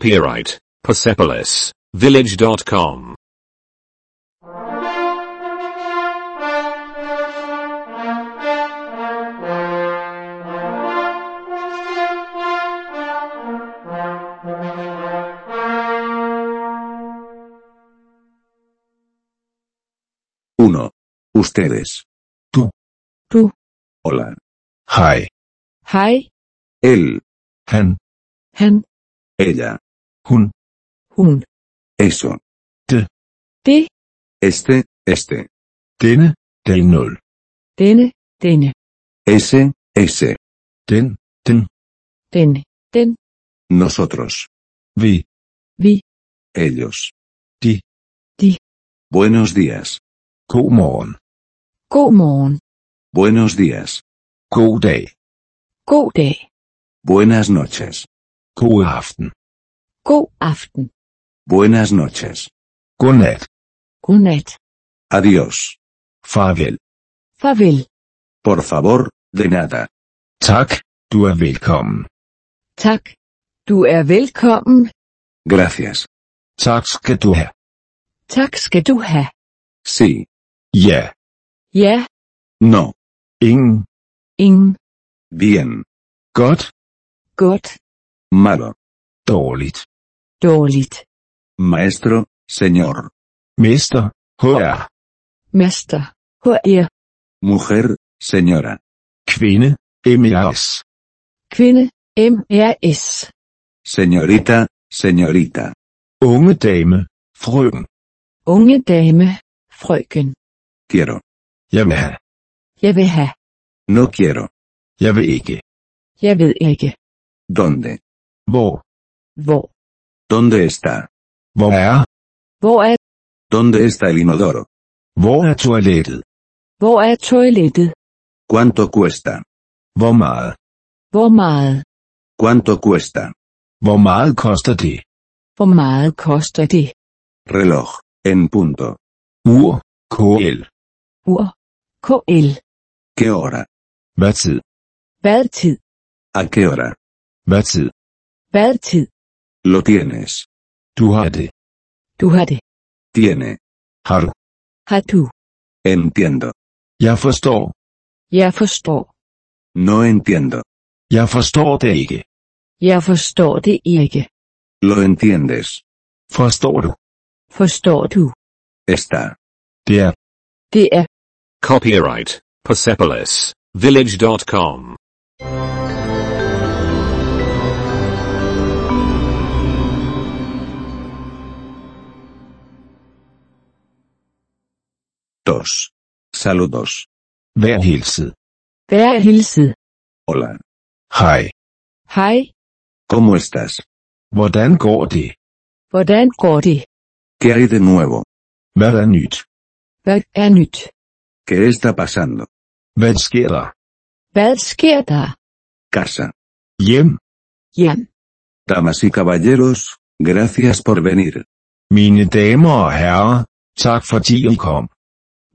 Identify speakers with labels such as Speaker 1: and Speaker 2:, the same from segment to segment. Speaker 1: Copyright Persepolis Village.com.
Speaker 2: Uno. Ustedes.
Speaker 3: tú,
Speaker 2: Hola.
Speaker 4: Hi.
Speaker 3: hi,
Speaker 2: Él.
Speaker 4: Hen.
Speaker 3: hen,
Speaker 2: Ella.
Speaker 4: Hun.
Speaker 3: hun,
Speaker 2: Eso.
Speaker 3: det,
Speaker 2: Este. Este.
Speaker 4: Denne. Del nul.
Speaker 3: denne, denne,
Speaker 2: Ese. Ese.
Speaker 4: Den. Den.
Speaker 3: denne, den,
Speaker 2: Nosotros.
Speaker 4: Vi.
Speaker 3: vi,
Speaker 2: Ellos.
Speaker 4: Ti.
Speaker 3: Ti.
Speaker 2: Buenos días.
Speaker 4: God morgen.
Speaker 3: god morgen,
Speaker 2: Buenos días.
Speaker 4: God dag.
Speaker 3: god dag,
Speaker 2: Buenas noches.
Speaker 4: God aften.
Speaker 3: god aften,
Speaker 2: Buenas noches.
Speaker 4: Godnat.
Speaker 3: godnat,
Speaker 2: Adiós.
Speaker 4: Farvel.
Speaker 3: farvel,
Speaker 2: Por favor, de nada.
Speaker 4: Tak. Du er velkommen.
Speaker 3: tak, du er velkommen,
Speaker 2: Gracias.
Speaker 4: Tak skal du have.
Speaker 3: tak skal du have,
Speaker 2: Sí.
Speaker 4: Ja.
Speaker 3: ja,
Speaker 2: No.
Speaker 4: Ingen.
Speaker 3: ingen,
Speaker 2: Bien.
Speaker 4: Godt.
Speaker 3: godt,
Speaker 2: Malo.
Speaker 4: Dårligt.
Speaker 3: dårligt,
Speaker 2: Maestro, señor.
Speaker 4: Mester. HR.
Speaker 3: master, HR,
Speaker 2: Mujer, señora.
Speaker 4: Kvinde. E MRS.
Speaker 3: kvinde, MRS,
Speaker 2: Señorita, señorita.
Speaker 4: Unge dame. Frøken.
Speaker 3: unge dame, frøken,
Speaker 2: Quiero.
Speaker 4: Jeg vil have.
Speaker 3: jeg vil have,
Speaker 2: No quiero.
Speaker 4: Jeg vil ikke.
Speaker 3: jeg ved ikke,
Speaker 2: ¿Dónde?
Speaker 4: Hvor?
Speaker 3: hvor,
Speaker 2: ¿Dónde está?
Speaker 4: Hvor er?
Speaker 3: hvor er,
Speaker 2: ¿Dónde está el inodoro?
Speaker 4: Hvor er toilettet?
Speaker 3: hvor er toilettet,
Speaker 2: ¿Cuánto cuesta?
Speaker 4: Hvor meget?
Speaker 3: hvor meget,
Speaker 2: ¿Cuánto cuesta?
Speaker 4: Hvor meget koster det?
Speaker 3: hvor meget koster det,
Speaker 2: Reloj. En punto.
Speaker 4: Ur. KL.
Speaker 3: ur, KL,
Speaker 2: ¿Qué hora?
Speaker 4: Hvad tid?
Speaker 3: hvad tid,
Speaker 2: ¿A qué hora?
Speaker 4: Hvad tid?
Speaker 3: hvad tid,
Speaker 2: Lo tienes.
Speaker 4: Du har det.
Speaker 3: du har det,
Speaker 2: Tiene.
Speaker 4: Har du?
Speaker 3: har du,
Speaker 2: Entiendo.
Speaker 4: Jeg forstår.
Speaker 3: jeg forstår,
Speaker 2: No entiendo.
Speaker 4: Jeg forstår det ikke.
Speaker 3: jeg forstår det ikke,
Speaker 2: Lo entiendes.
Speaker 4: Forstår du?
Speaker 3: forstår du,
Speaker 2: Está.
Speaker 4: Det er.
Speaker 3: det er
Speaker 1: Copyright Persepolis Village.com.
Speaker 2: Dos. Saludos.
Speaker 4: Vær hilset.
Speaker 3: Vær hilset.
Speaker 2: Hola.
Speaker 4: Hej.
Speaker 3: Hej,
Speaker 2: ¿Cómo estás?
Speaker 4: Hvordan går det?
Speaker 3: hvordan går det?
Speaker 2: ¿Qué hay de nuevo?
Speaker 4: Hvad er nyt?
Speaker 3: Hvad er nyt?
Speaker 2: ¿Qué está pasando?
Speaker 4: Hvad sker der?
Speaker 3: Hvad sker der?
Speaker 2: Casa.
Speaker 4: Hjem.
Speaker 3: Hjem.
Speaker 2: Damas y caballeros, gracias por venir.
Speaker 4: Mine damer og herrer, tak fordi I kom.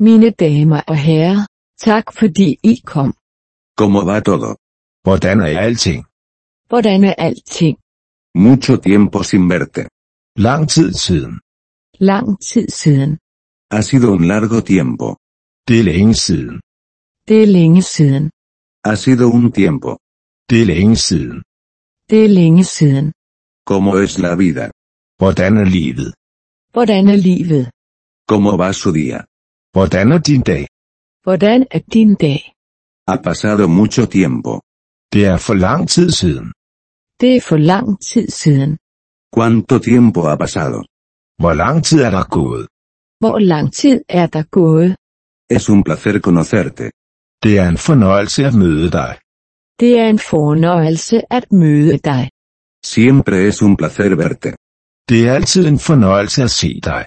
Speaker 3: Mine damer og herrer, tak fordi I kom.
Speaker 2: ¿Cómo va todo?
Speaker 4: Hvordan er alting?
Speaker 3: Hvordan er alting?
Speaker 2: Mucho tiempo sin verte.
Speaker 4: Lang tid siden.
Speaker 3: Lang tid siden.
Speaker 2: Ha sido un largo tiempo.
Speaker 4: Det er længe siden.
Speaker 3: Det er længe siden.
Speaker 2: Ha sido un tiempo.
Speaker 4: Det er længe siden.
Speaker 3: Det er længe siden.
Speaker 2: ¿Cómo es la vida?
Speaker 4: Hvordan er livet?
Speaker 3: Hvordan er livet?
Speaker 2: ¿Cómo va su día?
Speaker 4: Hvordan er din dag?
Speaker 3: Hvordan er din dag?
Speaker 2: Ha pasado mucho tiempo.
Speaker 4: Det er for lang tid siden.
Speaker 3: Det er for lang tid siden.
Speaker 2: ¿Cuánto tiempo ha pasado?
Speaker 4: Hvor lang tid er der gået?
Speaker 3: Hvor lang tid er der gået?
Speaker 2: Es un placer conocerte.
Speaker 4: Det er en fornøjelse at møde dig.
Speaker 3: Det er en fornøjelse at møde dig.
Speaker 2: Siempre es un placer verte.
Speaker 4: Det er altid en fornøjelse at se dig.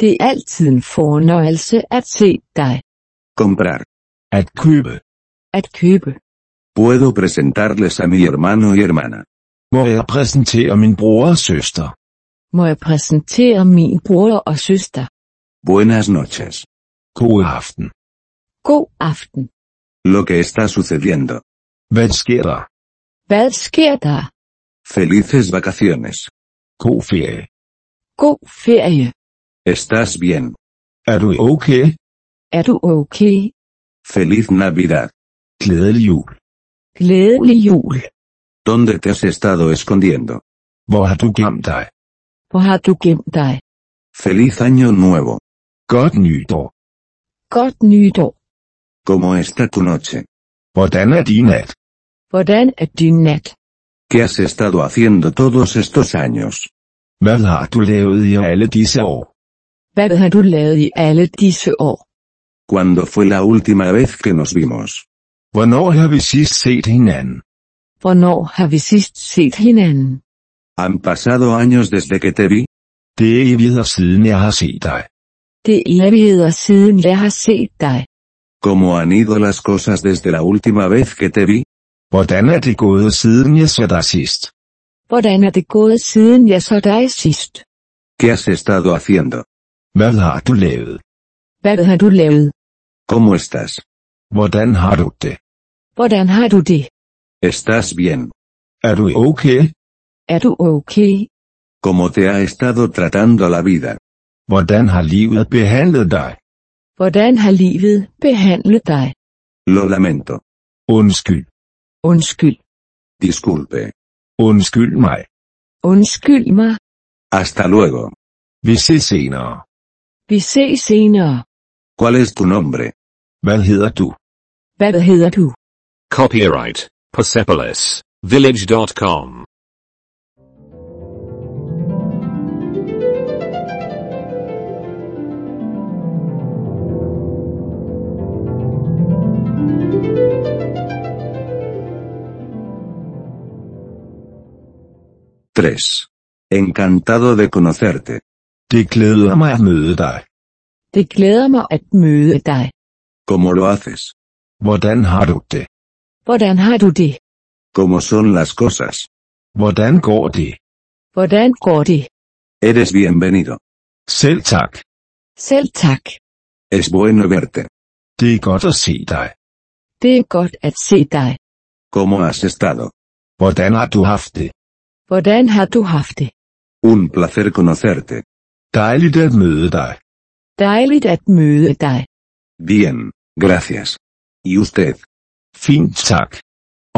Speaker 3: Det er altid en fornøjelse at se dig.
Speaker 2: Comprar.
Speaker 4: At købe.
Speaker 3: At købe.
Speaker 2: Puedo presentarles a mi hermano y hermana.
Speaker 4: Må jeg præsentere min bror og søster?
Speaker 3: Må jeg præsentere min bror og søster.
Speaker 2: Buenas noches.
Speaker 4: God aften.
Speaker 3: God aften.
Speaker 2: Lo que está sucediendo.
Speaker 4: Hvad sker der?
Speaker 3: Hvad sker der?
Speaker 2: Felices vacaciones.
Speaker 4: God ferie.
Speaker 3: God ferie.
Speaker 2: Estás bien.
Speaker 4: Er du okay?
Speaker 3: Er du okay?
Speaker 2: Feliz Navidad.
Speaker 4: Glædelig jul.
Speaker 3: Glædelig jul.
Speaker 2: ¿Dónde te has estado escondiendo?
Speaker 4: Hvor har du gemt dig?
Speaker 3: Hvor har du gemt dig?
Speaker 2: Feliz Año Nuevo.
Speaker 4: Godt nytår.
Speaker 3: Godt nytår.
Speaker 2: ¿Cómo está tu noche?
Speaker 4: Hvordan er din nat?
Speaker 3: Hvordan er din nat?
Speaker 2: ¿Qué has estado haciendo todos estos años?
Speaker 4: Hvad har du lavet i alle disse år?
Speaker 3: Hvad har du lavet i alle disse år?
Speaker 2: ¿Cuándo fue la última vez que nos vimos?
Speaker 4: Hvornår har vi sidst set hinanden?
Speaker 3: Hvornår har vi sidst set hinanden?
Speaker 2: ¿Han pasado años desde que te vi?
Speaker 4: Det er evigheder siden jeg har set dig.
Speaker 3: Det er evigheder siden jeg har set dig.
Speaker 2: ¿Cómo han ido las cosas desde la última vez que te vi?
Speaker 4: Hvordan er det gået siden jeg så dig sidst?
Speaker 3: Hvordan er det gået siden jeg så dig sidst?
Speaker 2: ¿Qué has estado haciendo?
Speaker 4: Hvad har du lavet?
Speaker 3: Hvad har du lavet?
Speaker 2: ¿Cómo estás?
Speaker 4: Hvordan har du det?
Speaker 3: Hvordan har du det?
Speaker 2: ¿Estás bien?
Speaker 4: Er du okay?
Speaker 3: Er du okay?
Speaker 2: ¿Cómo te ha estado tratando la vida?
Speaker 4: Hvordan har livet behandlet dig?
Speaker 3: Hvordan har livet behandlet dig?
Speaker 2: Lo lamento.
Speaker 4: Undskyld.
Speaker 3: Undskyld.
Speaker 2: Disculpe.
Speaker 4: Undskyld mig.
Speaker 3: Undskyld mig.
Speaker 2: Hasta luego.
Speaker 4: Vi ses senere.
Speaker 3: Vi ses senere.
Speaker 2: ¿Cuál es tu nombre?
Speaker 4: Hvad hedder du?
Speaker 3: Hvad hedder du?
Speaker 1: Copyright Persepolis Village.com.
Speaker 2: Tres. Encantado de conocerte.
Speaker 4: Det glæder mig at møde dig.
Speaker 3: Det glæder mig at møde dig.
Speaker 2: ¿Cómo lo haces?
Speaker 4: Hvordan har du det?
Speaker 3: Hvordan har du det?
Speaker 2: ¿Cómo son las cosas?
Speaker 4: Hvordan går det?
Speaker 3: Hvordan går det?
Speaker 2: Eres bienvenido.
Speaker 4: Selv tak.
Speaker 3: Selv tak.
Speaker 2: Es bueno verte.
Speaker 4: Det er godt at se dig.
Speaker 3: Det er godt at se dig.
Speaker 2: ¿Cómo has estado?
Speaker 4: Hvordan har du haft det?
Speaker 3: Hvordan har du haft det?
Speaker 2: Un placer conocerte.
Speaker 4: Dejligt at møde dig.
Speaker 3: Dejligt at møde dig.
Speaker 2: Bien, gracias. ¿Y usted?
Speaker 4: Fint tak.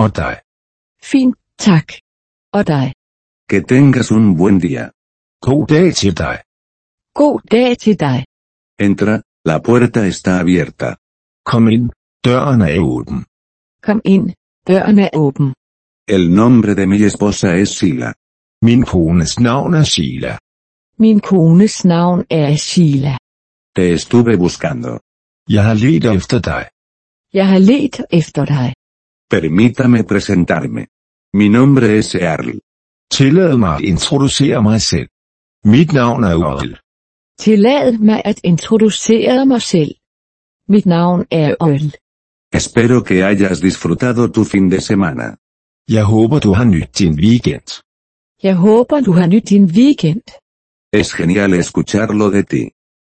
Speaker 4: Og dig.
Speaker 3: Fint, tak. Og dig.
Speaker 2: Que tengas un buen día.
Speaker 4: God dag til dig.
Speaker 3: God dag til dig.
Speaker 2: Entra, la puerta está abierta.
Speaker 4: Kom ind. Døren er åben.
Speaker 3: Kom ind. Døren er åben.
Speaker 2: El nombre de mi esposa es Sila.
Speaker 4: Min kones navn er Sheila.
Speaker 3: Min kones navn er Sheila.
Speaker 2: Te estuve buscando.
Speaker 4: Jeg har let efter dig.
Speaker 3: Jeg har let efter dig.
Speaker 2: Permítame presentarme. Mi nombre es Earl.
Speaker 4: Tillad mig at introducere mig selv. Mit navn er Oral.
Speaker 3: Tillad mig at introducere mig selv. Mit navn er Øl.
Speaker 2: Espero que hayas disfrutado tu fin de semana.
Speaker 4: Jeg håber, du har nyt din weekend.
Speaker 3: Jeg håber, du har nyt din weekend.
Speaker 2: Es genial escucharlo de ti.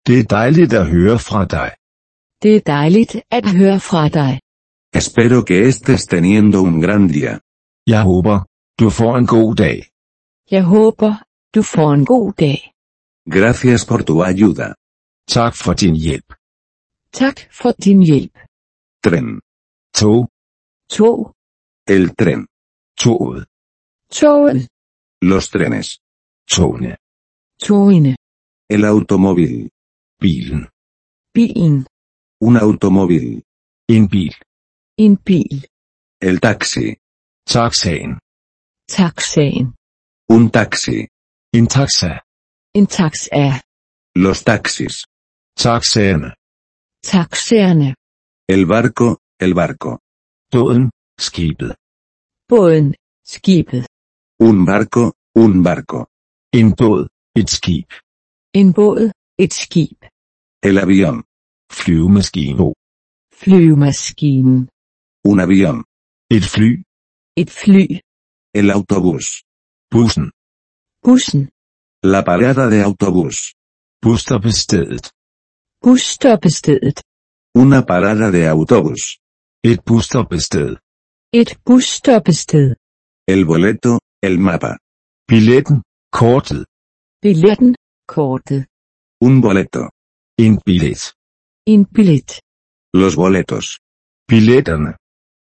Speaker 4: Det er dejligt at høre fra dig.
Speaker 3: Det er dejligt at høre fra dig.
Speaker 2: Espero que estés teniendo un gran día.
Speaker 4: Jeg håber, du får en god dag.
Speaker 3: Jeg håber, du får en god dag.
Speaker 2: Gracias por tu ayuda.
Speaker 4: Tak for din hjælp.
Speaker 3: Tak for din hjælp.
Speaker 2: Tren.
Speaker 4: Tog,
Speaker 3: Tog.
Speaker 2: El tren.
Speaker 4: toget,
Speaker 3: Toget.
Speaker 2: Los trenes.
Speaker 4: togene,
Speaker 3: Togene.
Speaker 2: El automóvil.
Speaker 4: bilen,
Speaker 3: Bilen.
Speaker 2: Un automóvil.
Speaker 4: en bil,
Speaker 3: En bil.
Speaker 2: El taxi.
Speaker 4: taxaen,
Speaker 3: Taxaen.
Speaker 2: Un taxi.
Speaker 4: en taxa,
Speaker 3: En taxa.
Speaker 2: Los taxis.
Speaker 4: taxaerne,
Speaker 3: Taxaerne.
Speaker 2: El barco. El barco.
Speaker 4: båden, skibet,
Speaker 3: Båden. Skibet.
Speaker 2: Un barco. Un barco.
Speaker 4: en båd, et skib,
Speaker 3: En båd. Et skib.
Speaker 2: El avión.
Speaker 4: flyvemaskine,
Speaker 3: Flyvemaskinen.
Speaker 2: Un avión.
Speaker 4: et fly,
Speaker 3: Et fly.
Speaker 2: El autobús.
Speaker 4: bussen,
Speaker 3: Bussen.
Speaker 2: La parada de autobús.
Speaker 4: busstoppestedet,
Speaker 3: Busstoppestedet.
Speaker 2: Una parada de autobús.
Speaker 4: et busstoppested,
Speaker 3: Et busstoppested.
Speaker 2: El boleto. El mapa.
Speaker 4: billetten, Kortet.
Speaker 3: Billetten. Kortet.
Speaker 2: Un boleto.
Speaker 4: En billet.
Speaker 3: En billet.
Speaker 2: Los boletos.
Speaker 4: Billetterne.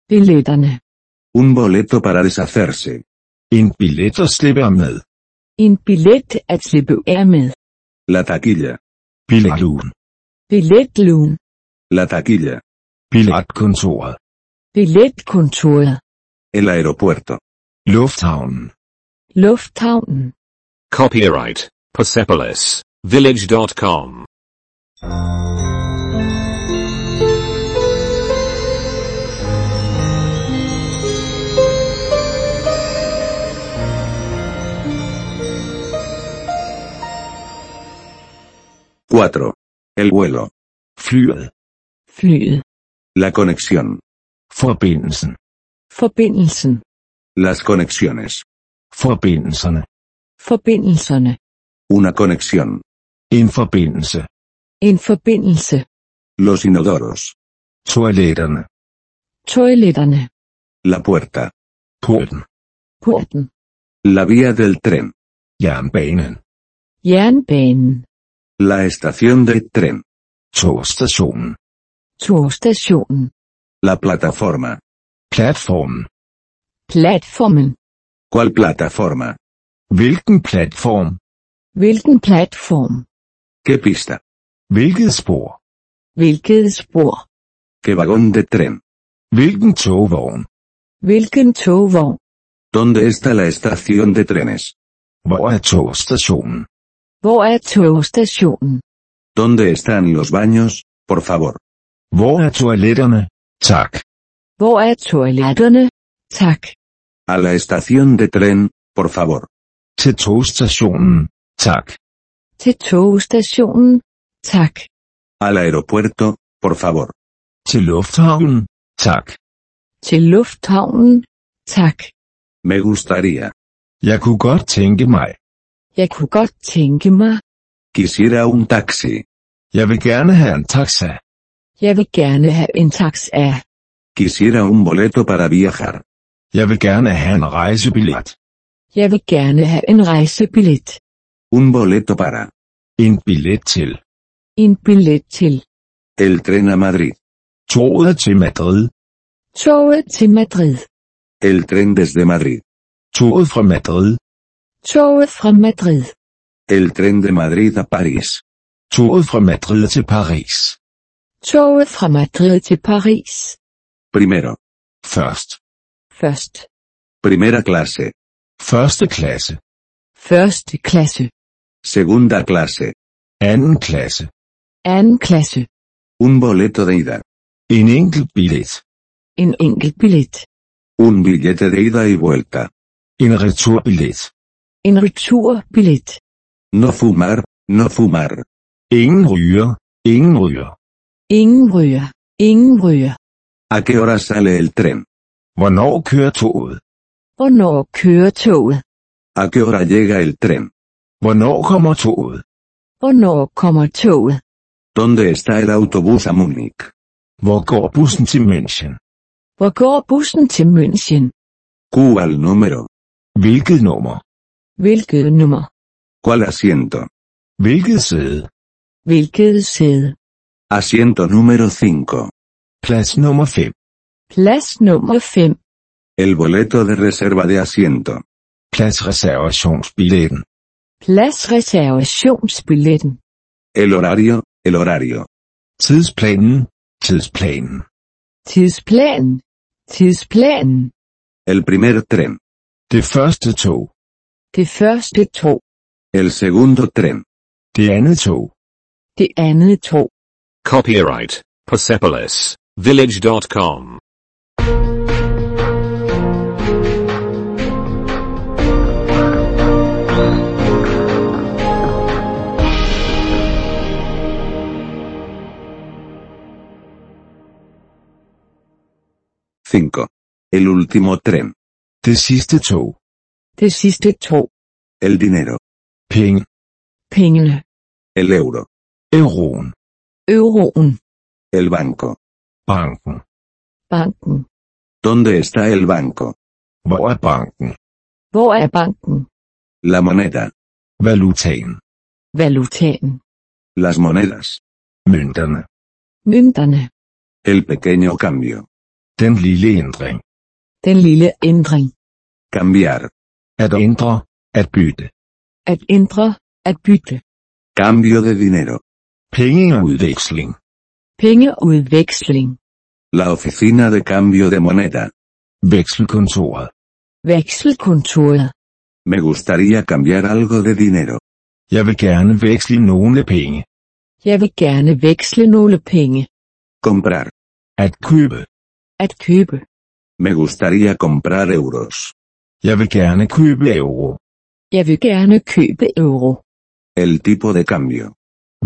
Speaker 3: Billetterne.
Speaker 2: Un boleto para deshacerse.
Speaker 4: En billet at slippe af med.
Speaker 3: En billet at slippe af med.
Speaker 2: La taquilla.
Speaker 4: Billetlugen.
Speaker 3: Billetlugen.
Speaker 2: La taquilla.
Speaker 4: Billetkontoret.
Speaker 3: Billetkontoret.
Speaker 2: El aeropuerto.
Speaker 4: Lufthavnen.
Speaker 3: Lufthavnen.
Speaker 1: Copyright Persepolis Village.com.
Speaker 2: Cuatro. El vuelo.
Speaker 4: Flyet.
Speaker 3: Flyet.
Speaker 2: La conexión.
Speaker 4: Forbindelsen.
Speaker 3: Forbindelsen.
Speaker 2: Las conexiones.
Speaker 4: Forbindelserne.
Speaker 3: Forbindelserne.
Speaker 2: Una conexión.
Speaker 4: En forbindelse.
Speaker 3: En forbindelse.
Speaker 2: Los inodoros.
Speaker 4: Toiletterne.
Speaker 3: Toiletterne.
Speaker 2: La puerta.
Speaker 4: Porten.
Speaker 3: Porten.
Speaker 2: La vía del tren.
Speaker 4: Jernbanen.
Speaker 3: Jernbanen.
Speaker 2: La estación de tren.
Speaker 4: Togstationen.
Speaker 3: Torstationen.
Speaker 2: La plataforma.
Speaker 4: Platformen.
Speaker 3: Platformen.
Speaker 2: ¿Cuál plataforma?
Speaker 4: Hvilken platform?
Speaker 3: Hvilken platform?
Speaker 2: ¿Qué pista?
Speaker 4: Hvilket spor?
Speaker 3: Hvilket spor?
Speaker 2: ¿Qué vagón de tren?
Speaker 4: Hvilken togvogn?
Speaker 3: Hvilken togvogn?
Speaker 2: ¿Dónde está la estación de trenes?
Speaker 4: Hvor er togstationen?
Speaker 3: Hvor er togstationen?
Speaker 2: ¿Dónde están los baños? Por favor.
Speaker 4: Hvor er toiletterne? Tak.
Speaker 3: Hvor er toiletterne? Tak.
Speaker 2: A la estación de tren, por favor.
Speaker 4: Til togstationen. Tak.
Speaker 3: Til togstationen? Tak.
Speaker 2: Al aeropuerto, por favor.
Speaker 4: Til lufthavnen. Tak.
Speaker 3: Til lufthavnen? Tak.
Speaker 2: Me gustaría.
Speaker 4: Jeg kunne godt tænke mig.
Speaker 3: Jeg kunne godt tænke mig.
Speaker 2: Quisiera un taxi.
Speaker 4: Jeg vil gerne have en taxa.
Speaker 3: Jeg vil gerne have en taxa.
Speaker 2: Quisiera un boleto para viajar.
Speaker 4: Jeg vil gerne have en rejsebillet.
Speaker 3: Jeg vil gerne have en rejsebillet.
Speaker 2: Un boleto para.
Speaker 4: En billet til.
Speaker 3: En billet til.
Speaker 2: El tren a Madrid.
Speaker 4: Toget til Madrid.
Speaker 3: Toget til Madrid.
Speaker 2: El tren desde Madrid.
Speaker 4: Toget fra Madrid.
Speaker 3: Toget fra Madrid.
Speaker 2: El tren de Madrid a París.
Speaker 4: Toget fra Madrid til Paris.
Speaker 3: Toget fra Madrid til Paris.
Speaker 2: Primero.
Speaker 4: Først.
Speaker 3: Først.
Speaker 2: Primera clase.
Speaker 4: Første klasse.
Speaker 3: Første klasse.
Speaker 2: Segunda clase.
Speaker 4: Anden klasse.
Speaker 3: Anden klasse.
Speaker 2: Un boleto de ida.
Speaker 4: En enkelt billet.
Speaker 3: En enkelt billet.
Speaker 2: Un billete de ida y vuelta.
Speaker 4: En returbillet.
Speaker 3: En returbillet.
Speaker 2: No fumar, no fumar.
Speaker 4: Ingen ryger. Ingen ryger.
Speaker 3: Ingen ryger. Ingen ryger.
Speaker 2: ¿A qué hora sale el tren?
Speaker 4: Hvornår kører toget?
Speaker 3: Hvornår kører toget?
Speaker 2: ¿A qué hora llega el tren?
Speaker 4: Hvornår kommer toget?
Speaker 3: Hvornår kommer toget?
Speaker 2: ¿Dónde está el autobús a Múnich?
Speaker 4: Hvor går bussen til München?
Speaker 3: Hvor går bussen til München?
Speaker 2: ¿Cuál número?
Speaker 4: Hvilket nummer?
Speaker 3: Hvilket nummer?
Speaker 2: ¿Cuál asiento?
Speaker 4: Hvilket sæde?
Speaker 3: Hvilket sæde?
Speaker 2: Asiento número 5.
Speaker 4: Plads nummer 5.
Speaker 3: Plads nummer 5.
Speaker 2: El boleto de reserva de asiento.
Speaker 4: Plads reservationsbilletten.
Speaker 3: Plads reservationsbilletten.
Speaker 2: El horario, el horario.
Speaker 4: Tidsplanen. Tidsplanen.
Speaker 3: Tidsplanen. Tidsplanen.
Speaker 2: El primer tren.
Speaker 4: Det første tog.
Speaker 3: Det første tog.
Speaker 2: El segundo tren.
Speaker 4: Det andet tog.
Speaker 3: Det andet tog.
Speaker 1: Copyright Persepolis Village.com.
Speaker 2: Cinco. El último tren.
Speaker 4: Det sidste tog.
Speaker 3: Det sidste tog.
Speaker 2: El dinero.
Speaker 4: Penge.
Speaker 3: Pengene.
Speaker 2: El euro.
Speaker 4: Euroen.
Speaker 3: Euroen.
Speaker 2: El banco.
Speaker 4: Banken.
Speaker 3: Banken.
Speaker 2: ¿Dónde está el banco?
Speaker 4: Hvor er banken?
Speaker 3: Hvor er banken?
Speaker 2: La moneda.
Speaker 4: valutaen,
Speaker 3: valutaen,
Speaker 2: Las monedas.
Speaker 4: mønterne,
Speaker 3: mønterne,
Speaker 2: El pequeño cambio.
Speaker 4: den lille ændring,
Speaker 3: den lille ændring,
Speaker 2: Cambiar.
Speaker 4: at ændre, at bytte,
Speaker 3: at ændre, at bytte,
Speaker 2: Cambio de dinero.
Speaker 4: pengeudveksling,
Speaker 3: pengeudveksling,
Speaker 2: La oficina de cambio de moneda.
Speaker 4: vekselkontoret,
Speaker 3: vekselkontoret,
Speaker 2: Me gustaría cambiar algo de dinero.
Speaker 4: jeg vil gerne veksle nogle penge,
Speaker 3: jeg vil gerne veksle nogle penge,
Speaker 2: Comprar.
Speaker 4: at købe,
Speaker 3: at købe,
Speaker 2: Me gustaría comprar euros.
Speaker 4: jeg vil gerne købe euro,
Speaker 3: jeg vil gerne købe euro,
Speaker 2: El tipo de cambio.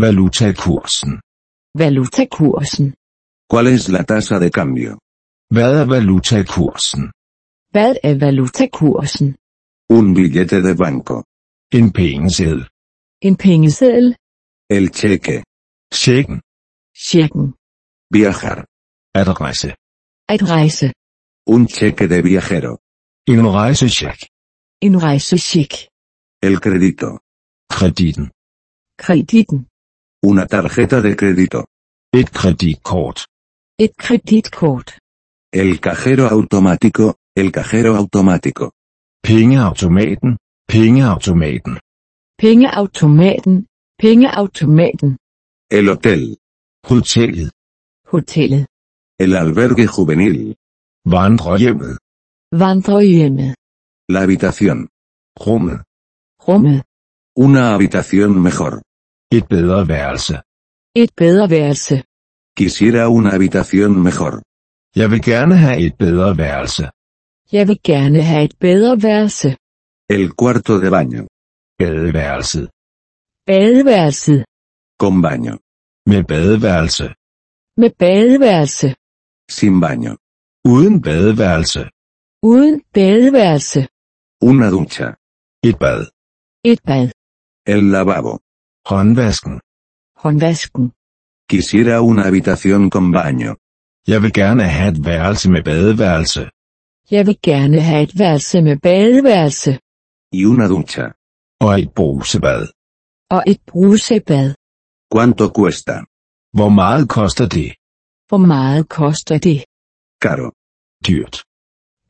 Speaker 4: valutakursen,
Speaker 3: valutakursen,
Speaker 2: ¿Cuál es la tasa de cambio?
Speaker 4: hvad er valutakursen,
Speaker 3: hvad er valutakursen,
Speaker 2: Un billete de banco.
Speaker 4: en pengeseddel,
Speaker 3: en pengeseddel,
Speaker 2: El cheque.
Speaker 4: checken,
Speaker 3: cirken,
Speaker 2: Viajar.
Speaker 4: adresse,
Speaker 3: at rejse,
Speaker 2: Un cheque de viajero.
Speaker 4: en rejsecheck,
Speaker 3: en rejsecheck,
Speaker 2: El crédito.
Speaker 4: kreditten,
Speaker 3: kreditten,
Speaker 2: Una tarjeta de crédito.
Speaker 4: et kreditkort,
Speaker 3: et kreditkort,
Speaker 2: El cajero automático. El cajero automático.
Speaker 4: pengeautomaten, pengeautomaten,
Speaker 3: pengeautomaten, pengeautomaten,
Speaker 2: El hotel.
Speaker 4: hotellet,
Speaker 3: hotellet,
Speaker 2: El albergue juvenil.
Speaker 4: vandrehjemmet,
Speaker 3: vandrehjemmet,
Speaker 2: La habitación.
Speaker 4: rummet,
Speaker 3: rummet,
Speaker 2: Una habitación mejor.
Speaker 4: et bedre værelse.
Speaker 3: et bedre værelse,
Speaker 2: Quisiera una habitación mejor.
Speaker 4: Jeg vil gerne have et bedre værelse,
Speaker 3: jeg vil gerne have et bedre værelse,
Speaker 2: El cuarto de baño.
Speaker 4: badeværelset,
Speaker 3: badeværelset,
Speaker 2: Con baño.
Speaker 4: med badeværelse,
Speaker 3: med badeværelse,
Speaker 2: Sin baño.
Speaker 4: uden badeværelse,
Speaker 3: uden badeværelse,
Speaker 2: Una ducha.
Speaker 4: et bad,
Speaker 3: et bad,
Speaker 2: El lavabo.
Speaker 4: håndvasken.
Speaker 3: håndvasken,
Speaker 2: Quisiera una habitación con baño.
Speaker 4: Jeg vil gerne have et værelse med badeværelse,
Speaker 3: jeg vil gerne have et værelse med badeværelse,
Speaker 2: Y una ducha.
Speaker 4: og et brusebad.
Speaker 3: og et brusebad,
Speaker 2: ¿Cuánto cuesta?
Speaker 4: Hvor meget koster det?
Speaker 3: hvor meget koster det,
Speaker 2: Caro.
Speaker 4: Dyrt.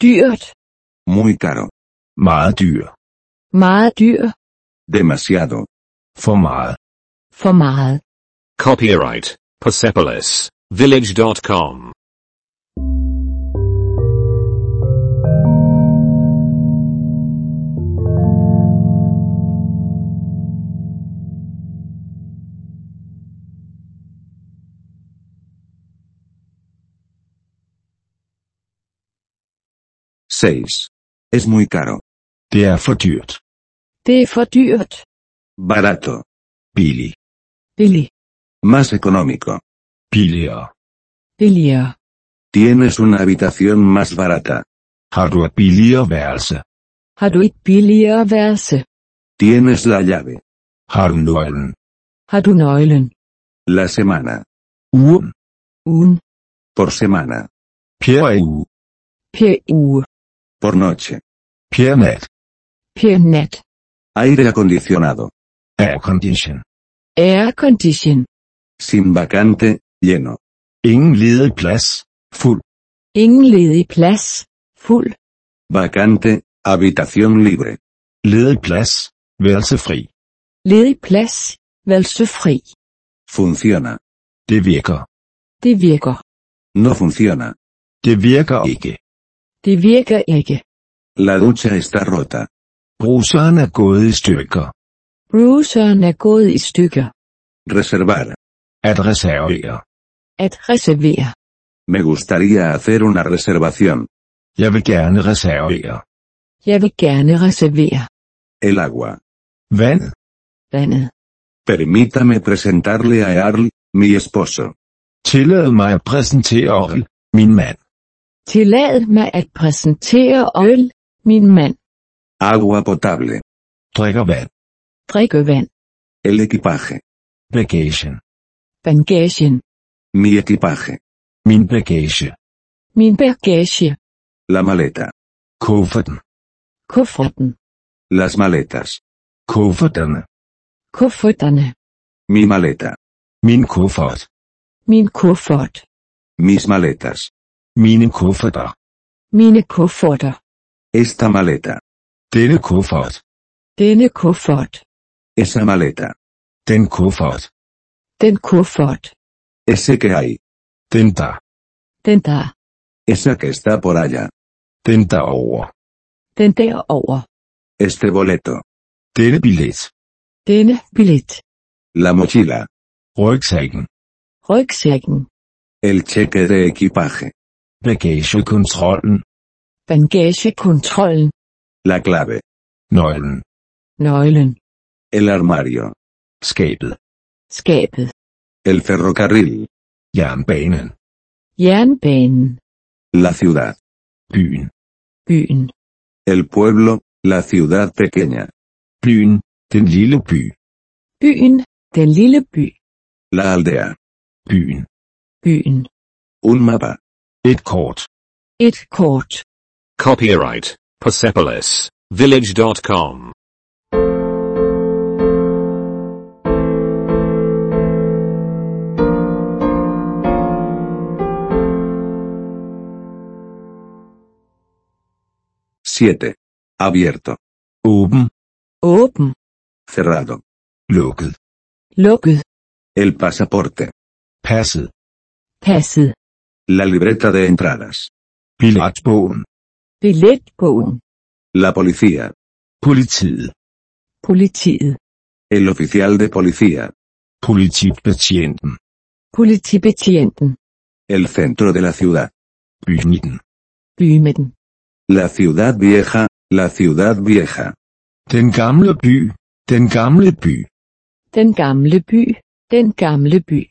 Speaker 3: dyrt,
Speaker 2: Muy caro.
Speaker 4: Meget dyr.
Speaker 3: meget dyr,
Speaker 2: Demasiado.
Speaker 4: For meget.
Speaker 3: for meget.
Speaker 1: Copyright Persepolis Village.com.
Speaker 2: Seis. Es muy caro.
Speaker 4: Det er for dyrt.
Speaker 3: Det er for dyrt,
Speaker 2: Barato.
Speaker 4: Billig.
Speaker 3: billig,
Speaker 2: Más económico.
Speaker 4: Billigere.
Speaker 3: billigere,
Speaker 2: Tienes una habitación más barata.
Speaker 4: Har du et billigere værelse?
Speaker 3: har du et billigere værelse,
Speaker 2: Tienes la llave.
Speaker 4: Har du nøglen?
Speaker 3: har du nøglen,
Speaker 2: La semana.
Speaker 4: Ugen.
Speaker 3: ugen,
Speaker 2: Por semana.
Speaker 4: Per uge.
Speaker 3: per uge,
Speaker 2: Por noche.
Speaker 4: Per nat.
Speaker 3: per nat,
Speaker 2: Aire acondicionado.
Speaker 4: Air condition.
Speaker 3: air condition,
Speaker 2: Sin vacante, lleno.
Speaker 4: Ingen ledig plads. Fuld.
Speaker 3: ingen ledig plads, fuld,
Speaker 2: Vacante, habitación libre.
Speaker 4: Ledig plads. Værelsefri.
Speaker 3: ledig plads, valsefri,
Speaker 2: Funciona.
Speaker 4: Det virker.
Speaker 3: det virker,
Speaker 2: No funciona.
Speaker 4: Det virker ikke.
Speaker 3: det virker ikke,
Speaker 2: La ducha está rota.
Speaker 4: Bruseren er gået i stykker.
Speaker 3: bruseren er gået i stykker,
Speaker 2: Reservar.
Speaker 4: At reservere.
Speaker 3: at reservere,
Speaker 2: Me gustaría hacer una reservación.
Speaker 4: Jeg vil gerne reservere.
Speaker 3: jeg vil gerne reservere,
Speaker 2: El agua.
Speaker 4: Vand.
Speaker 3: vandet,
Speaker 2: Permítame presentarle a Earl, mi esposo.
Speaker 4: Tillad mig at præsentere Orl, min mand.
Speaker 3: tillad mig at præsentere øl, min mand,
Speaker 2: Agua potable.
Speaker 4: Drikker vand.
Speaker 3: drikkevand,
Speaker 2: El equipaje.
Speaker 4: Bagagen.
Speaker 3: bagagen,
Speaker 2: Mi equipaje.
Speaker 4: Min bagage.
Speaker 3: min bagage,
Speaker 2: La maleta.
Speaker 4: Kufferten.
Speaker 3: kufferten,
Speaker 2: Las maletas.
Speaker 4: Kufferterne.
Speaker 3: Kufferterne.
Speaker 2: Mi maleta.
Speaker 4: Min kuffert.
Speaker 3: Min kuffert.
Speaker 2: Mis maletas.
Speaker 4: Mine kufferter.
Speaker 3: Mine kufferter.
Speaker 2: Esta maleta.
Speaker 4: Denne kuffert.
Speaker 3: Denne kuffert.
Speaker 2: Esa maleta.
Speaker 4: Den kuffert.
Speaker 3: Den kuffert.
Speaker 2: Ese que hay.
Speaker 4: Den der.
Speaker 3: Den der.
Speaker 2: Esa que está por allá.
Speaker 4: Den derovre.
Speaker 3: Den derover.
Speaker 2: Este boleto.
Speaker 4: Denne billet.
Speaker 3: Denne billet.
Speaker 2: La mochila.
Speaker 4: Rygsækken.
Speaker 3: Rygsækken.
Speaker 2: El cheque de equipaje.
Speaker 4: Bagagekontrollen.
Speaker 3: Bagagekontrollen.
Speaker 2: La clave.
Speaker 4: Nøglen.
Speaker 3: Nøglen.
Speaker 2: El armario.
Speaker 4: Skabet.
Speaker 3: Skabet.
Speaker 2: El ferrocarril.
Speaker 4: Jernbanen.
Speaker 3: Jernbanen.
Speaker 2: La ciudad.
Speaker 4: Byen.
Speaker 3: Byen.
Speaker 2: El pueblo. La ciudad pequeña.
Speaker 4: Byen. Den lille by.
Speaker 3: Byen. Den lille by.
Speaker 2: La aldea.
Speaker 4: Byen.
Speaker 3: Byen.
Speaker 2: Un mapa.
Speaker 4: Et kort.
Speaker 3: Et kort.
Speaker 1: Copyright Persepolis Village.com.
Speaker 2: Siete. Abierto.
Speaker 4: Åben.
Speaker 3: Åben.
Speaker 2: Cerrado.
Speaker 4: Lukket.
Speaker 3: Lukket.
Speaker 2: El pasaporte.
Speaker 4: Passet.
Speaker 3: Passet.
Speaker 2: La libreta de entradas.
Speaker 4: Billetbogen.
Speaker 3: Billetbogen.
Speaker 2: La policía.
Speaker 4: Politiet.
Speaker 3: Politiet.
Speaker 2: El oficial de policía.
Speaker 4: Politibetjenten.
Speaker 3: Politibetjenten.
Speaker 2: El centro de la ciudad.
Speaker 4: Bymidten.
Speaker 3: Bymidten.
Speaker 2: La ciudad vieja. La ciudad vieja.
Speaker 4: Den gamle by. Den gamle by.
Speaker 3: Den gamle by. Den gamle by.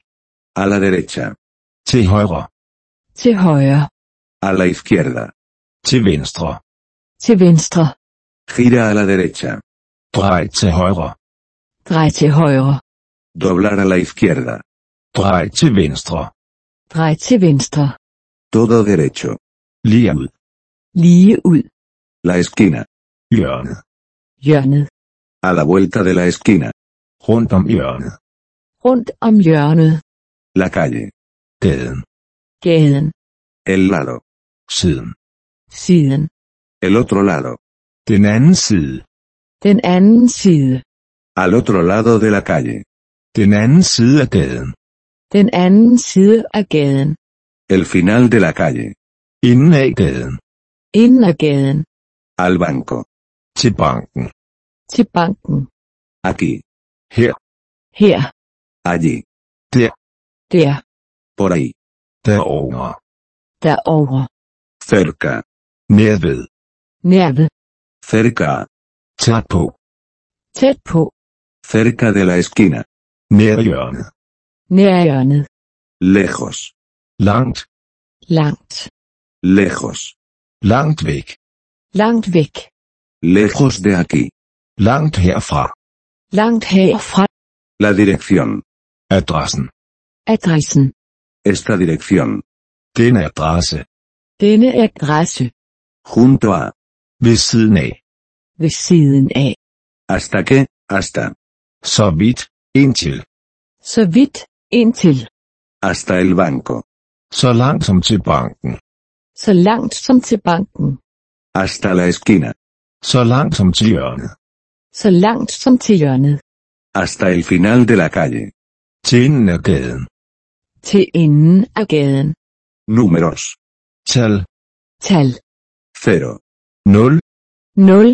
Speaker 2: A la derecha.
Speaker 4: Til højre.
Speaker 3: Til højre.
Speaker 2: A la izquierda.
Speaker 4: Til venstre.
Speaker 3: Til venstre.
Speaker 2: Gira a la derecha.
Speaker 4: Drej til højre.
Speaker 3: Drej til højre.
Speaker 2: Doblar a la izquierda.
Speaker 4: Drej til venstre.
Speaker 3: Drej til venstre.
Speaker 2: Todo derecho.
Speaker 4: Lige ud.
Speaker 3: Lige ud.
Speaker 2: La esquina.
Speaker 4: Hjørnet.
Speaker 3: Hjørnet.
Speaker 2: A la vuelta de la esquina.
Speaker 4: Rundt om hjørnet.
Speaker 3: Rundt om hjørnet.
Speaker 2: La calle.
Speaker 4: Gaden.
Speaker 3: Gaden.
Speaker 2: El lado.
Speaker 4: Siden.
Speaker 3: Siden.
Speaker 2: El otro lado.
Speaker 4: Den anden side.
Speaker 3: Den anden side.
Speaker 2: Al otro lado de la calle.
Speaker 4: Den anden side af gaden.
Speaker 3: Den anden side af gaden.
Speaker 2: El final de la calle.
Speaker 4: Inden af gaden.
Speaker 3: Inden af gaden.
Speaker 2: Al banco.
Speaker 4: Til banken.
Speaker 3: Til banken.
Speaker 2: Aquí.
Speaker 4: Her.
Speaker 3: Her.
Speaker 2: Allí.
Speaker 3: Der.
Speaker 2: Por ahí.
Speaker 4: Derovre.
Speaker 3: Derovre.
Speaker 2: Cerca.
Speaker 4: Nærved.
Speaker 3: Nærved.
Speaker 2: Cerca. a.
Speaker 4: Tæt på.
Speaker 3: Tæt på.
Speaker 2: Cerca de la esquina.
Speaker 4: Nær hjørnet.
Speaker 3: Nær hjørnet.
Speaker 2: Lejos.
Speaker 4: Langt.
Speaker 3: Langt.
Speaker 2: Lejos.
Speaker 4: Langt væk.
Speaker 3: Langt væk.
Speaker 2: Lejos de aquí.
Speaker 4: Langt herfra.
Speaker 3: Langt herfra.
Speaker 2: La dirección.
Speaker 4: Adressen.
Speaker 3: Adressen.
Speaker 2: Esta dirección.
Speaker 4: Den adresse.
Speaker 3: Denne adresse.
Speaker 2: Junto a.
Speaker 4: Ved siden af.
Speaker 3: Ved siden af.
Speaker 2: Hasta que. Hasta.
Speaker 4: Så vidt. Indtil.
Speaker 3: Så vidt. Indtil.
Speaker 2: Hasta el banco.
Speaker 4: Så langt som til banken.
Speaker 3: Så langt som til banken.
Speaker 2: Hasta la esquina.
Speaker 4: Så langt som til hjørnet.
Speaker 3: Så langt som til hjørnet.
Speaker 2: Hasta el final de la calle.
Speaker 4: Til enden af gaden.
Speaker 3: Til enden af gaden.
Speaker 2: Números.
Speaker 4: Tal.
Speaker 3: Tal.
Speaker 2: 0.
Speaker 4: 0.
Speaker 3: 0.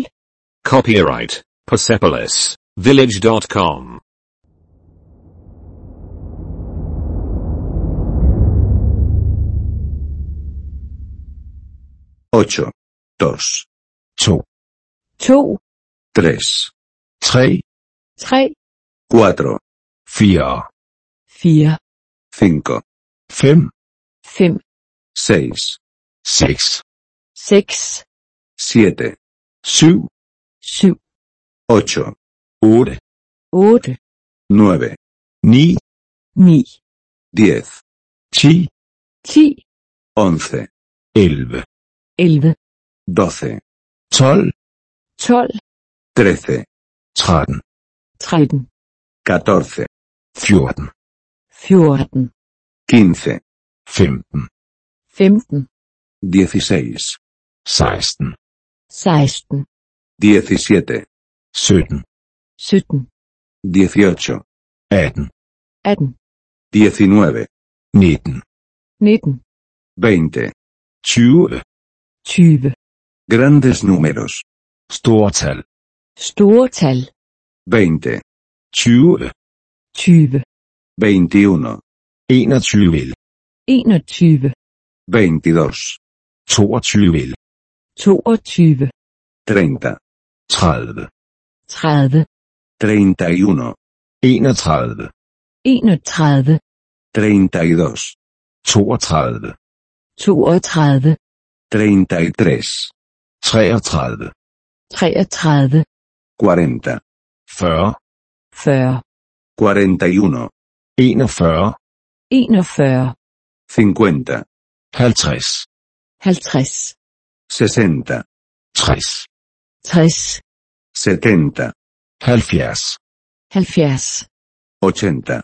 Speaker 1: Copyright Persepolis Village.com.
Speaker 2: Ocho. Dos.
Speaker 4: 2.
Speaker 3: 2.
Speaker 2: Tres.
Speaker 4: 3.
Speaker 3: 3.
Speaker 2: Cuatro.
Speaker 4: 4.
Speaker 3: 4.
Speaker 2: Cinco.
Speaker 4: 5.
Speaker 3: 5.
Speaker 2: Seis.
Speaker 4: 6.
Speaker 3: 6.
Speaker 2: Siete.
Speaker 4: 7.
Speaker 3: 7.
Speaker 2: Ocho.
Speaker 4: 8.
Speaker 3: 8.
Speaker 2: Nueve.
Speaker 4: 9.
Speaker 3: 9.
Speaker 2: Diez.
Speaker 4: 10.
Speaker 3: 10.
Speaker 2: Once.
Speaker 4: 11.
Speaker 3: 11.
Speaker 2: Doce.
Speaker 4: 12.
Speaker 3: 12.
Speaker 2: 13,
Speaker 4: 13,
Speaker 3: 13,
Speaker 2: 14,
Speaker 4: 14,
Speaker 3: 14,
Speaker 2: 15,
Speaker 4: 15,
Speaker 3: 15,
Speaker 2: 16,
Speaker 4: 16,
Speaker 3: 16,
Speaker 2: 17,
Speaker 4: 17,
Speaker 3: 17,
Speaker 2: 18,
Speaker 4: 18,
Speaker 2: 19,
Speaker 3: 18,
Speaker 4: 19,
Speaker 2: 20.
Speaker 3: 19,
Speaker 4: 20.
Speaker 3: 20.
Speaker 2: Grandes números.
Speaker 4: Store tal.
Speaker 3: Store tal.
Speaker 2: 20,
Speaker 4: 20,
Speaker 3: 20,
Speaker 2: 21,
Speaker 4: 21,
Speaker 3: 21,
Speaker 2: 22,
Speaker 4: 22,
Speaker 3: 22,
Speaker 2: 30,
Speaker 4: 30,
Speaker 3: 30,
Speaker 2: 31,
Speaker 4: 31,
Speaker 3: 31,
Speaker 2: 32,
Speaker 4: 32,
Speaker 3: 32,
Speaker 2: 33, 40,
Speaker 3: 33, 40,
Speaker 4: 33, 40,
Speaker 2: 41,
Speaker 4: 41,
Speaker 3: 41,
Speaker 2: 50,
Speaker 4: 50,
Speaker 3: 50,
Speaker 2: 60,
Speaker 4: 60,
Speaker 3: 60,
Speaker 2: 70,
Speaker 4: 70,
Speaker 3: 70,
Speaker 2: 80,
Speaker 4: 80,
Speaker 3: 80,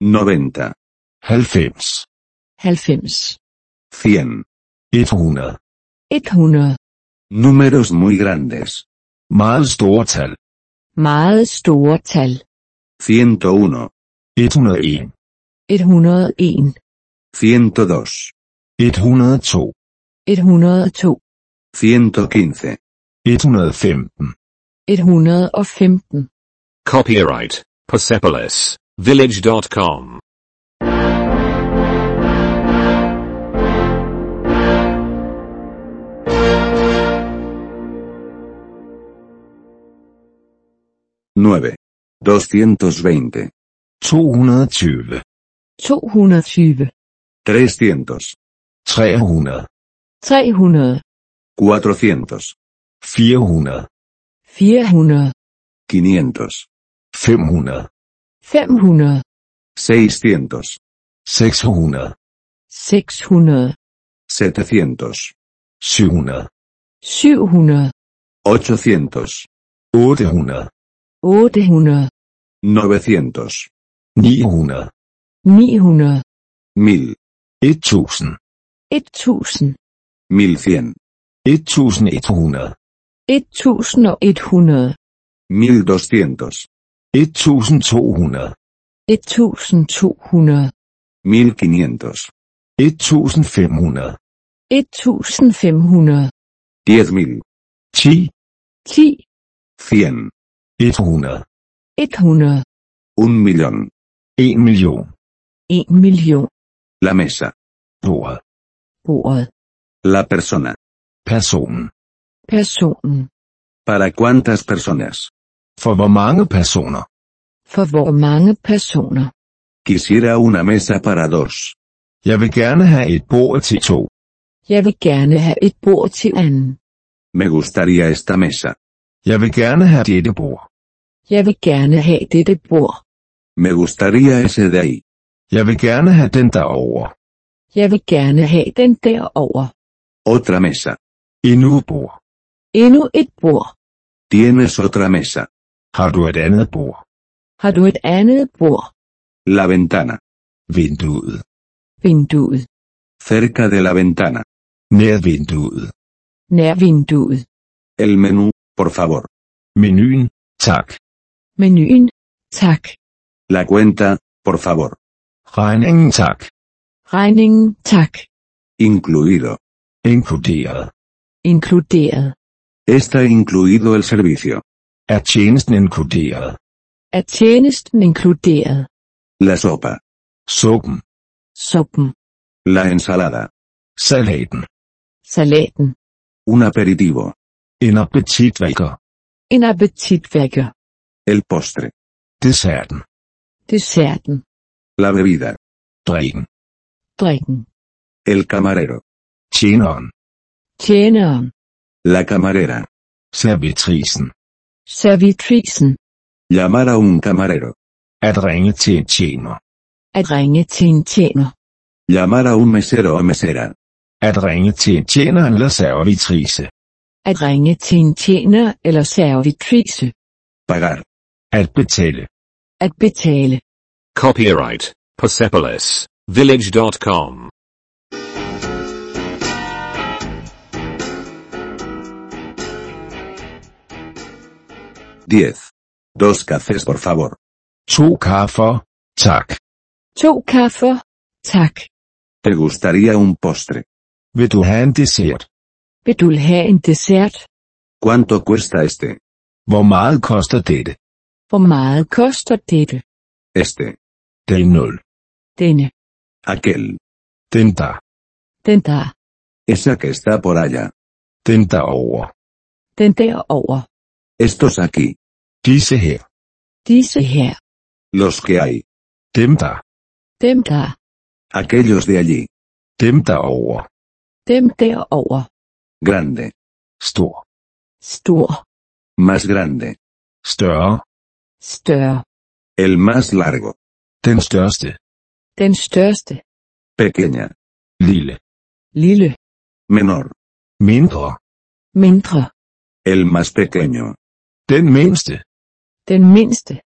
Speaker 2: 90,
Speaker 4: 90,
Speaker 3: 90,
Speaker 2: 100.
Speaker 4: 100.
Speaker 3: 100.
Speaker 2: Números muy grandes.
Speaker 4: Meget store tal.
Speaker 3: Meget store tal.
Speaker 2: 101,
Speaker 4: 101,
Speaker 3: 101,
Speaker 2: 102,
Speaker 4: 102,
Speaker 3: 102,
Speaker 2: 115,
Speaker 4: 115,
Speaker 3: 115.
Speaker 1: Copyright Persepolis Village.com.
Speaker 2: nueve, 220,
Speaker 4: 220,
Speaker 3: 220,
Speaker 2: 300,
Speaker 4: 300,
Speaker 3: 300,
Speaker 2: 400,
Speaker 4: 400,
Speaker 3: 400,
Speaker 2: 500,
Speaker 4: 500,
Speaker 3: 500,
Speaker 2: 600,
Speaker 4: 600,
Speaker 3: 600,
Speaker 2: 700,
Speaker 4: 700,
Speaker 3: 700,
Speaker 2: 800,
Speaker 4: 800,
Speaker 3: 800,
Speaker 2: 900,
Speaker 4: 900,
Speaker 3: 900,
Speaker 2: 1000,
Speaker 4: 1000,
Speaker 3: 1000,
Speaker 2: 1100,
Speaker 4: 1100,
Speaker 3: 1100,
Speaker 2: 1200,
Speaker 4: 1200,
Speaker 3: 1200,
Speaker 2: 1500,
Speaker 4: 1500,
Speaker 3: 1500,
Speaker 2: 10000,
Speaker 4: 10,
Speaker 3: 10,
Speaker 2: 100,
Speaker 4: 100,
Speaker 3: 100,
Speaker 2: un millón.
Speaker 4: 1 million,
Speaker 3: 1 million,
Speaker 2: La mesa.
Speaker 4: ordet,
Speaker 3: bordet,
Speaker 2: La persona.
Speaker 4: personen.
Speaker 3: personen.
Speaker 2: ¿Para cuántas personas?
Speaker 4: For hvor mange personer?
Speaker 3: For hvor mange personer?
Speaker 2: Quisiera una mesa para dos.
Speaker 4: Jeg vil gerne have et bord til to.
Speaker 3: Jeg vil gerne have et bord til anden.
Speaker 2: Me gustaría esta mesa.
Speaker 4: Jeg vil gerne have dette bord.
Speaker 3: Jeg vil gerne have dette bord.
Speaker 2: Me gustaría ese de ahí.
Speaker 4: Jeg vil gerne have den derovre.
Speaker 3: Jeg vil gerne have den derover.
Speaker 2: Otra mesa.
Speaker 4: Endnu et bord.
Speaker 3: Endnu et bord.
Speaker 2: Tienes otra mesa.
Speaker 4: Har du et andet bord?
Speaker 3: Har du et andet bord?
Speaker 2: La ventana.
Speaker 4: Vinduet.
Speaker 3: Vinduet.
Speaker 2: Cerca de la ventana.
Speaker 4: Nær vinduet.
Speaker 3: Nær vinduet.
Speaker 2: El menú, por favor.
Speaker 4: Menuen. Tak.
Speaker 3: Menuen. Tak.
Speaker 2: La cuenta, por favor.
Speaker 4: Regningen tak.
Speaker 3: Regningen. Tak.
Speaker 2: Incluido.
Speaker 4: Inkluderet.
Speaker 3: Inkluderet.
Speaker 2: Está incluido el servicio.
Speaker 4: Er tjenesten inkluderet?
Speaker 3: Er tjenesten inkluderet?
Speaker 2: La sopa.
Speaker 4: Suppen.
Speaker 3: Suppen.
Speaker 2: La ensalada.
Speaker 4: Salaten.
Speaker 3: Salaten.
Speaker 2: Un aperitivo.
Speaker 4: En appetitvækker.
Speaker 3: En appetitvækker.
Speaker 2: El postre.
Speaker 4: Desserten.
Speaker 3: Desserten.
Speaker 2: La bebida.
Speaker 4: Drikken.
Speaker 3: Drikken.
Speaker 2: El camarero.
Speaker 4: Tjeneren.
Speaker 3: Tjeneren.
Speaker 2: La camarera.
Speaker 4: Servitrisen.
Speaker 3: Servitrisen.
Speaker 2: Llamar a un camarero.
Speaker 4: At ringe til en tjener.
Speaker 3: At ringe til en tjener.
Speaker 2: Llamar a un mesero o mesera.
Speaker 4: At ringe til en tjener eller servitrise.
Speaker 3: At ringe til en tjener eller servitrice.
Speaker 2: Pagar.
Speaker 4: At betale.
Speaker 3: At betale.
Speaker 1: Copyright Persepolis Village.com.
Speaker 2: Diez. Dos cafés por favor.
Speaker 4: To kaffer. Tak.
Speaker 3: To kaffer. Tak.
Speaker 2: ¿Te gustaría un postre?
Speaker 4: Vil du have en dessert?
Speaker 3: Vil du have en dessert?
Speaker 2: ¿Cuánto cuesta este?
Speaker 4: Hvor meget koster dette?
Speaker 3: Hvor meget koster dette?
Speaker 2: Este.
Speaker 4: Den 0.
Speaker 3: Denne.
Speaker 2: Aquel.
Speaker 4: Den der.
Speaker 3: Den der.
Speaker 2: Esa que está por allá.
Speaker 4: Den derover.
Speaker 3: Den derover.
Speaker 2: Estos aquí.
Speaker 4: Disse her.
Speaker 3: Disse her.
Speaker 2: Los que hay.
Speaker 4: Dem der.
Speaker 3: Dem der.
Speaker 2: Aquellos de allí.
Speaker 4: Dem derover.
Speaker 3: Dem derover.
Speaker 2: Grande.
Speaker 4: Stor.
Speaker 3: Stor.
Speaker 2: Más grande.
Speaker 4: Større.
Speaker 3: Større.
Speaker 2: El más largo.
Speaker 4: Den største.
Speaker 3: Den største.
Speaker 2: Pequeña.
Speaker 4: Lille.
Speaker 3: Lille.
Speaker 2: Menor.
Speaker 4: Mindre.
Speaker 3: Mindre.
Speaker 2: El más pequeño.
Speaker 4: Den mindste.
Speaker 3: Den mindste.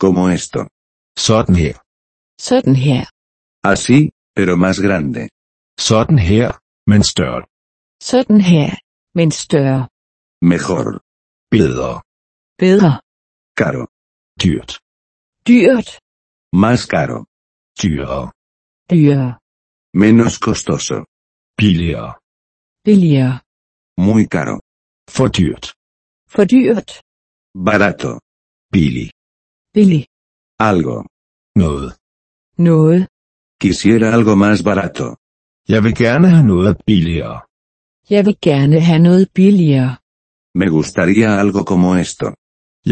Speaker 2: Como esto.
Speaker 4: Sådan her.
Speaker 3: Sådan her.
Speaker 2: Así, Ah, pero más grande.
Speaker 4: Sådan her. Men større.
Speaker 3: Sådan her. Men større.
Speaker 2: Mejor.
Speaker 4: Bedre.
Speaker 3: Bedre.
Speaker 2: Caro.
Speaker 4: Dyrt.
Speaker 3: Dyrt.
Speaker 2: Más caro.
Speaker 4: Dyrere.
Speaker 3: Dyrere.
Speaker 2: Menos costoso.
Speaker 4: Billigere.
Speaker 3: Billigere.
Speaker 2: Muy caro.
Speaker 4: For dyrt.
Speaker 3: For dyrt.
Speaker 2: Barato.
Speaker 4: Billig.
Speaker 3: Billig.
Speaker 2: Algo.
Speaker 4: Noget.
Speaker 3: Noget.
Speaker 2: Quisiera algo más barato.
Speaker 4: Jeg vil gerne have noget billigere.
Speaker 3: Jeg vil gerne have noget billigere.
Speaker 2: Me gustaría algo como esto.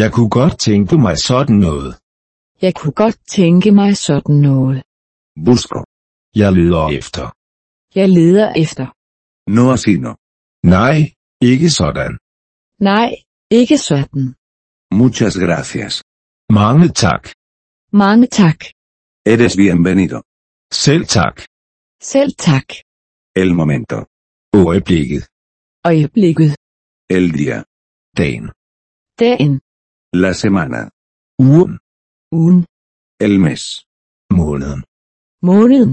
Speaker 4: Jeg kunne godt tænke mig sådan noget.
Speaker 3: Jeg kunne godt tænke mig sådan noget.
Speaker 2: Busco.
Speaker 4: Jeg leder efter.
Speaker 3: Jeg leder efter.
Speaker 2: No así no.
Speaker 4: Nej, ikke sådan.
Speaker 3: Nej, ikke sådan.
Speaker 2: Muchas gracias.
Speaker 4: Mange tak.
Speaker 3: Mange tak.
Speaker 2: Eres bienvenido.
Speaker 4: Selv tak.
Speaker 3: Selv tak.
Speaker 2: El momento.
Speaker 4: Øjeblikket.
Speaker 3: Øjeblikket.
Speaker 2: El día.
Speaker 4: Dagen.
Speaker 3: Dagen.
Speaker 2: La semana.
Speaker 4: Ugen.
Speaker 3: Ugen.
Speaker 2: El mes.
Speaker 4: Måneden.
Speaker 3: Måneden.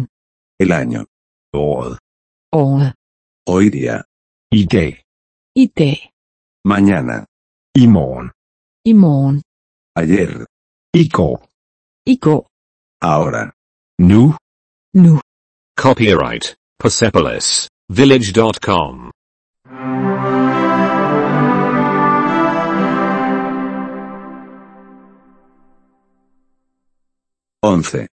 Speaker 2: El año.
Speaker 4: Året.
Speaker 3: Året.
Speaker 2: Hoy día.
Speaker 4: I dag.
Speaker 3: I dag.
Speaker 2: Mañana.
Speaker 4: I morgen.
Speaker 3: I morgen.
Speaker 2: Ayer.
Speaker 4: I går.
Speaker 3: I går.
Speaker 2: Ahora.
Speaker 4: Nu.
Speaker 3: Nu.
Speaker 1: Copyright Persepolis Village.com.
Speaker 2: Once.